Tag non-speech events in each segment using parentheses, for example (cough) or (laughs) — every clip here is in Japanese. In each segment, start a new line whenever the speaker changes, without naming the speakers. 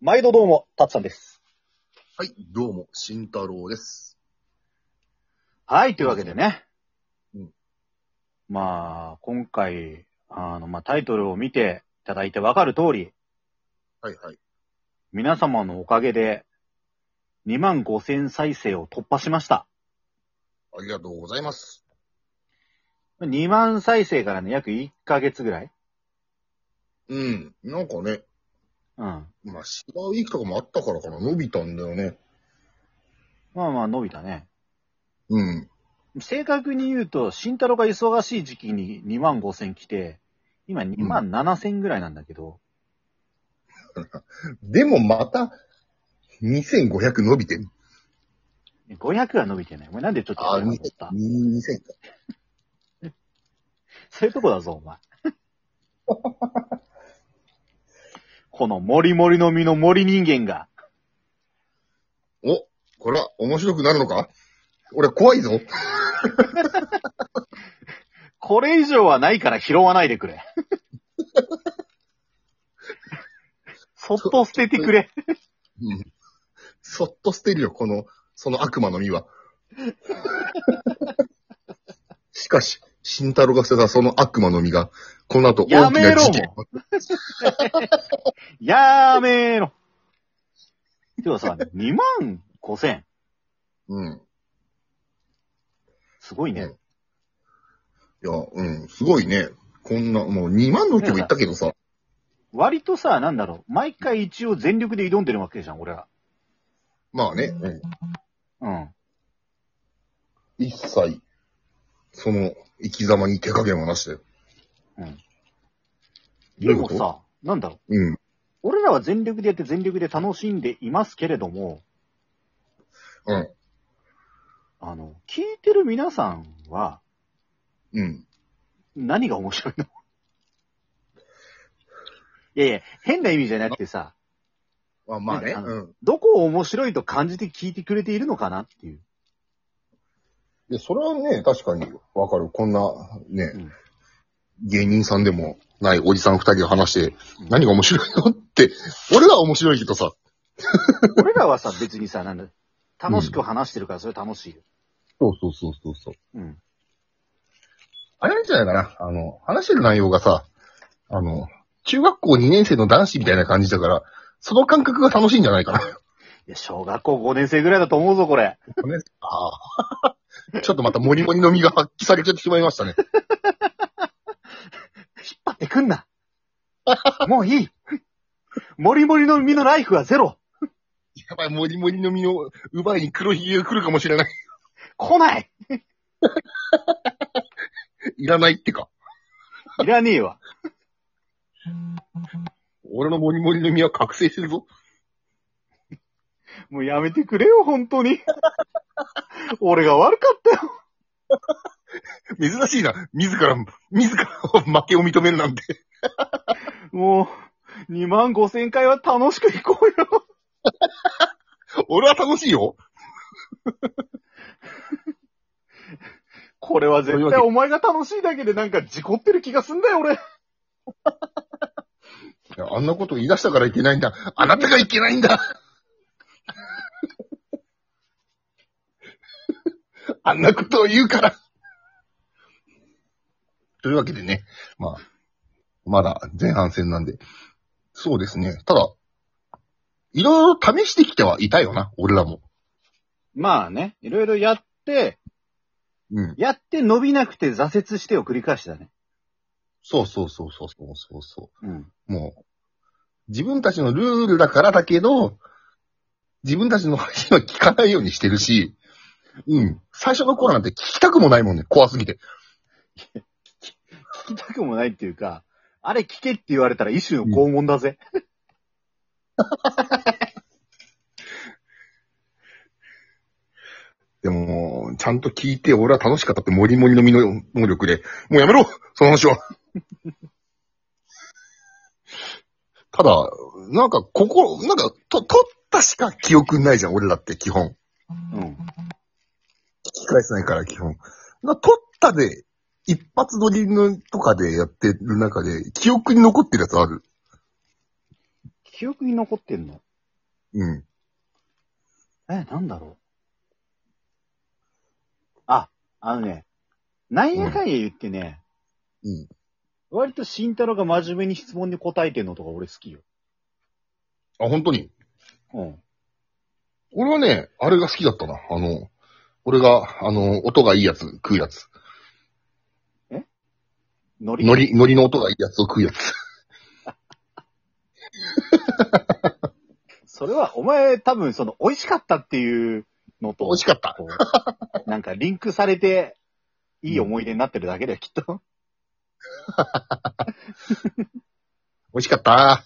毎度どうも、たつさんです。
はい、どうも、慎太郎です。
はい、というわけでね。
うん
まあ、今回、あの、まあ、タイトルを見ていただいてわかる通り、
はいはい。
皆様のおかげで、2万5千再生を突破しました。
ありがとうございます。
2万再生からね、約1ヶ月ぐらい
うん。なんかね、
うん。ま
まあ、芝ウィークとかもあったからかな、伸びたんだよね。
あまあ、伸びたね。
うん。
正確に言うと、慎太郎が忙しい時期に2万5千来て、今2万7千ぐらいなんだけど、
でもまた、2500伸びてる。
500は伸びてない。お前なんでちょっと
あ、
500
2000
持った
か。2000か。
そういうとこだぞ、お前。 (laughs) この森森の実の森人間が。
お、これは面白くなるのか俺怖いぞ。
これ以上はないから拾わないで
(laughs)
くれ。そっと捨ててくれ。
うん。そっと捨てるよ、この、その悪魔の実 (laughs) は。しかし、慎太郎が捨てたその悪魔の実が、この後
や
大き
め
な
ろ
事件。
もう。 (laughs) やめろ。でもさ、2万5千。
うん。
すごいね。
いや、うん、すごいね。こんな、もう2万の時も言ったけどさ、
割とさ、なんだろう。毎回一応全力で挑んでるわけじゃん、俺は。
まあね、うん
うん。
一切、その、生き様に手加減はなしだよ。どう
で
いうこ
も
と
さ、なんだろう。
うん。
俺らは全力でやって全力で楽しんでいますけれども、
うん。
あの、聞いてる皆さんは
うん。
何が面白いの (laughs) いやいや、変な意味じゃなくてさ、
まあまあね、
なんか
うん。
どこを面白いと感じて聞いてくれているのかなっていう。
いや、それはね、確かにわかる。こんな、ね、
うん
芸人さんでもないおじさん二人が話して、
うん
何が面白いのって、俺は面白いけどさ、
俺らはさ、別にさ、なんだ、楽しく話してるからそれ楽しいよ。
そうそうそうそうそう。
うん。
あれなんじゃないかな。あの、話してる内容がさ、あの、中学校2年生の男子みたいな感じだから、その感覚が楽しいんじゃないかな。
いや、小学校5年生ぐらいだと思うぞ、これ。
あ (laughs) あ。ちょっとまたモニモニの実が発揮されちゃってしまいましたね。
引っ張ってくん
(laughs)
な。もういい。モリモリの実のライフはゼロ。
やばい、モニモニの実を奪いに黒ひげが来るかもしれない。 (laughs)
来ない。
いらないってか。
いらねえわ。
俺のモニモニの実は覚醒してるぞ。
もうやめてくれよ、本当に。俺が悪かったよ。
珍しいな。自ら、自ら負けを認めるなんて。
もう、2万5千回は楽しく行こうよ。
俺は楽しいよ。
これは絶対お前が楽しいだけでなんか事故ってる気がすんだよ、俺。
いやあんなこと言い出したからいけないんだ。あなたがいけないんだ。あんなことを言うから。というわけでね、まあ、まだ前半戦なんで。そうですね。ただ、いろいろ試してきてはいたよな、俺らも。
まあね、いろいろやって、
うん。
やって伸びなくて挫折してを繰り返してたね。
そうそうそうそうそうそうそ
うん。
う。もう、自分たちのルールだからだけど、自分たちの話は聞かないようにしてるし、うん。最初の頃なんて聞きたくもないもんね、怖すぎて。
聞きたくもないっていうか、あれ聞けって言われたら一種の拷問だぜ。
でももう、ちゃんと聞いて、俺は楽しかったって、モリモリの身の能力で、もうやめろその話は。 (laughs) ただ、なんか、ここ、なんか、と、取ったしか記憶ないじゃん、俺だって、基本。
うん。
聞き返せないから、基本。な、取ったで、一発撮りのとかでやってる中で、記憶に残ってるやつある。
記憶に残ってんの
うん。
え、なんだろう。あ、あのね、なんやかんや言ってね、
うん。
割と慎太郎が真面目に質問に答えてんのとか俺好きよ。
あ、本当に。
うん。
俺はね、あれが好きだったな。あの、俺が、あの、音がいいやつ、食うやつ。
ノリ
ノリ、ノリの音がいいやつを食うやつ。
それは、お前多分その、美味しかったっていうのと、
美味しかった。
こうなんかリンクされて、いい思い出になってるだけだよ、きっと。
美味しかった。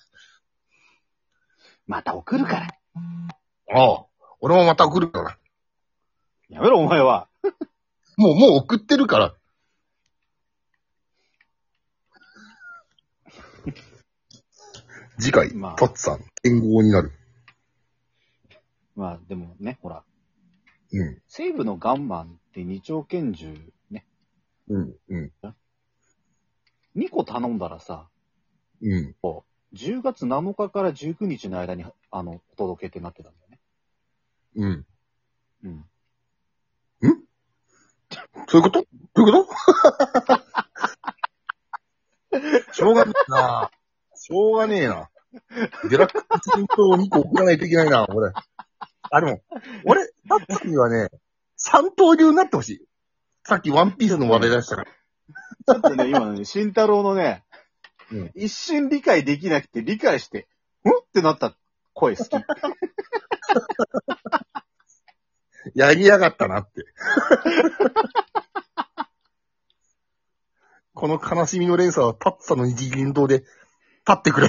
また送るから。
ああ。俺もまた送るから。
やめろ、お前は。
もう、もう送ってる (laughs) から。次回、
まあ
タッツさん、剣豪になる。
まあ、でもね、ほら、
うん。
西部のガンマンって二丁拳銃ね、
うん。うん。
2個頼んだらさ、
うん。
10月7日から19日の間に、あの、お届けってなってたんだよね。
う
う
ん。
ん。
そういうことどういうこと (laughs) しょうがねえな。しょうがねえな。デラックス人と2個送らないといけないな、俺。あ、でも、俺、タッツさんにはね、三刀流になってほしい。さっきワンピースの話題出したから。
ちょっとね、今の (laughs) ね、慎太郎のね、
うん
一瞬理解できなくて理解して、うんってなった声好き。 (laughs)
やりやがったなって。 (laughs) この悲しみの連鎖はタッツさんの日銀刀で立ってくれ。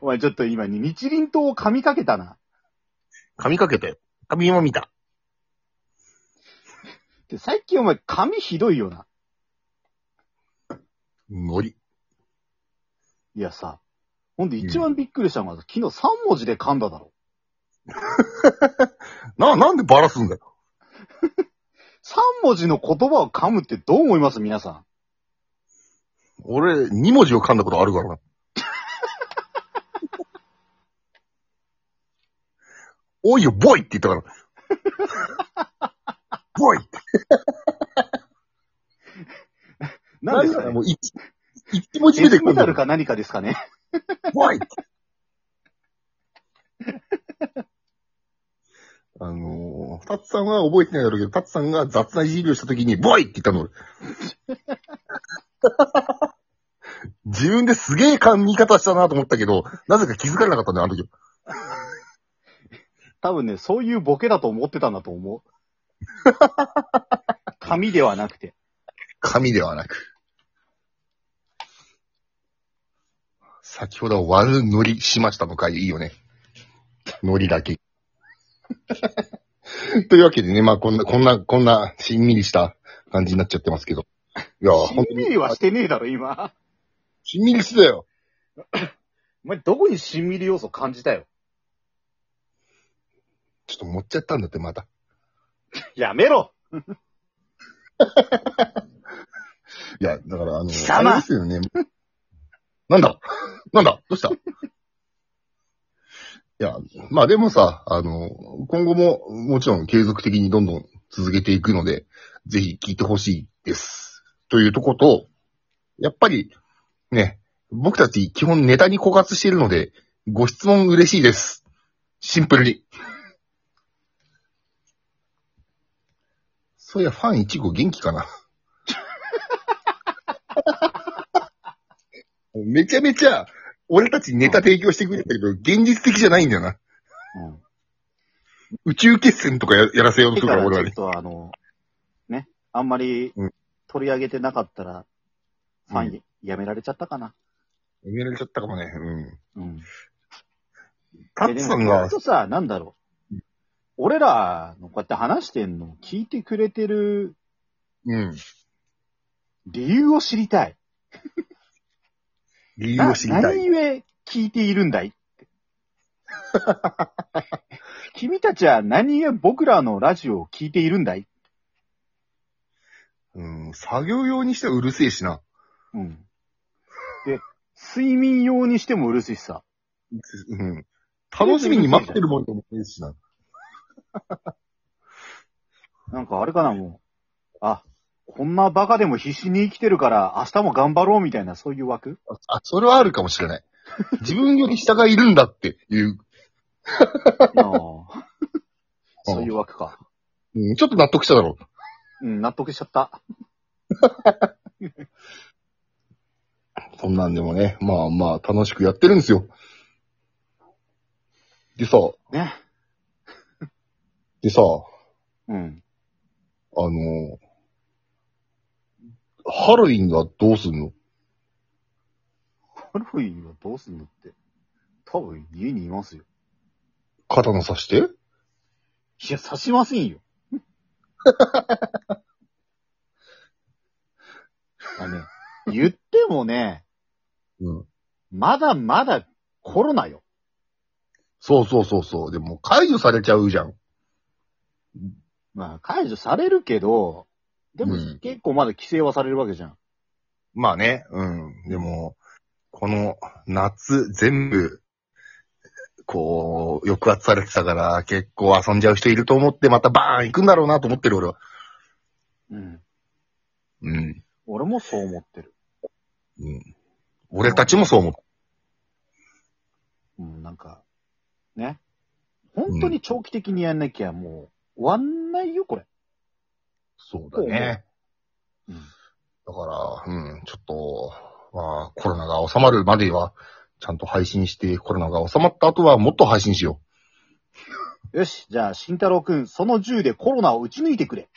お前ちょっと今に日輪刀を噛みかけたな。
髪かけて。髪も見た。
で最近お前髪ひどいよな。
ノリ。
いやさ、ほんで一番びっくりしたのが、昨日3文字で噛んだだろ。
な、なんでバラすんだよ。
3文字の言葉を噛むってどう思います皆さん。
俺、2文字を噛んだことあるからな。 (laughs) おいよ、ボイって言ったから。ボイって。
なんです
だ
か
ろう
ね
もう一、一文字目
デ
で
ス
噛
メ
んだ
タ
の
ルか何かですかね。
怖い。 (laughs) あのー、タツさんは覚えてないだろうけど、タツさんが雑ないじりをしたときに、ボイって言った (laughs) の俺。自分ですげえ感見方したなと思ったけど、なぜか気づかれなかったんだよ、あの時。
多分ね、そういうボケだと思ってたんだと思う。 (laughs) 紙ではなくて。
神ではなく。先ほどは悪乗りしましたのかいいよね。乗りだけ。 (laughs) というわけでね、まあこんな、こんな、こんな、しんみりした感じになっちゃってますけど。いや、
しん
ほんと
み
に、
りはしてねえだろ、今。
しんみりしてたよ。
お前、どこにしんみり要素感じたよ。
ちょっと持っちゃったんだって、また。
やめろ
いや、だからあの、
貴様
あれですよね。なんだなんだどうしたいや、まあでもさ、あの、今後ももちろん継続的にどんどん続けていくので、ぜひ聞いてほしいです。というとこと、やっぱり、ね、僕たち基本ネタに枯渇しているので、ご質問嬉しいです。シンプルに。そういや、ファン1号元気かなめちゃめちゃ、俺たちネタ提供してくれたけど、現実的じゃないんだよな。
うん。
宇宙決戦とかややらせようとする
だか
から、
ら、
俺
ち
ら
ょっ
に。
とあの、ね、あんまり
うん
取り上げてなかったら、ファ
うん
ンやめられちゃったかな。
やめられちゃったかもね。うん。
うん。
タ
え
ッ
で
ツ
も
さんが
ずっ、とさ、なんだろう。俺らのこうやって話してんの、聞いてくれてる
うん。
理由を知りたい。
理由を知り
な
たい。
何故聞いているんだい (laughs) って君たちは何故僕らのラジオを聞いているんだい
うん。作業用にしてはうるせえしな。
うん。で、睡眠用にしてもうるせえしさ。
うん。楽しみに待ってるもんでもねえしな。
なんかあれかな、もう。あ、こんなバカでも必死に生きてるから、明日も頑張ろうみたいな、そういう枠
あ、それはあるかもしれ (laughs) ない。自分より下がいるんだっていう、
ああ (laughs) そういう枠か。
うんちょっと納得しただろう。
うん、納得しちゃった。
そんなんでもね、まあまあ楽しくやってるんですよ。でさ、
ね。
でさ、あ
うん。
の、ハロウィンはどうすんの
ハロウィンはどうすんのって。多分、家にいますよ。
刀刺して
いや、刺しませんよ。あね、言ってもね、
うん。
まだまだコロナよ。
そうそうそうそう。でも解除されちゃうじゃん。
まあ、解除されるけど、でも
うん
結構まだ規制はされるわけじゃん。
まあね、うん。でも、この夏全部、こう、抑圧されてたから、結構遊んじゃう人いると思って、またバーン行くんだろうなと思ってる俺は。
うん。
うん。
俺もそう思ってる。
うん、俺たちもそう思った。
うん、なんか、ね。本当に長期的にやんなきゃもう終わんないよ、これ。
そうだね。
うん。
だから、うん、ちょっと、まあ、コロナが収まるまでは、ちゃんと配信して、コロナが収まった後はもっと配信しよう。
よし、じゃあ、慎太郎くん、その銃でコロナを撃ち抜いてくれ。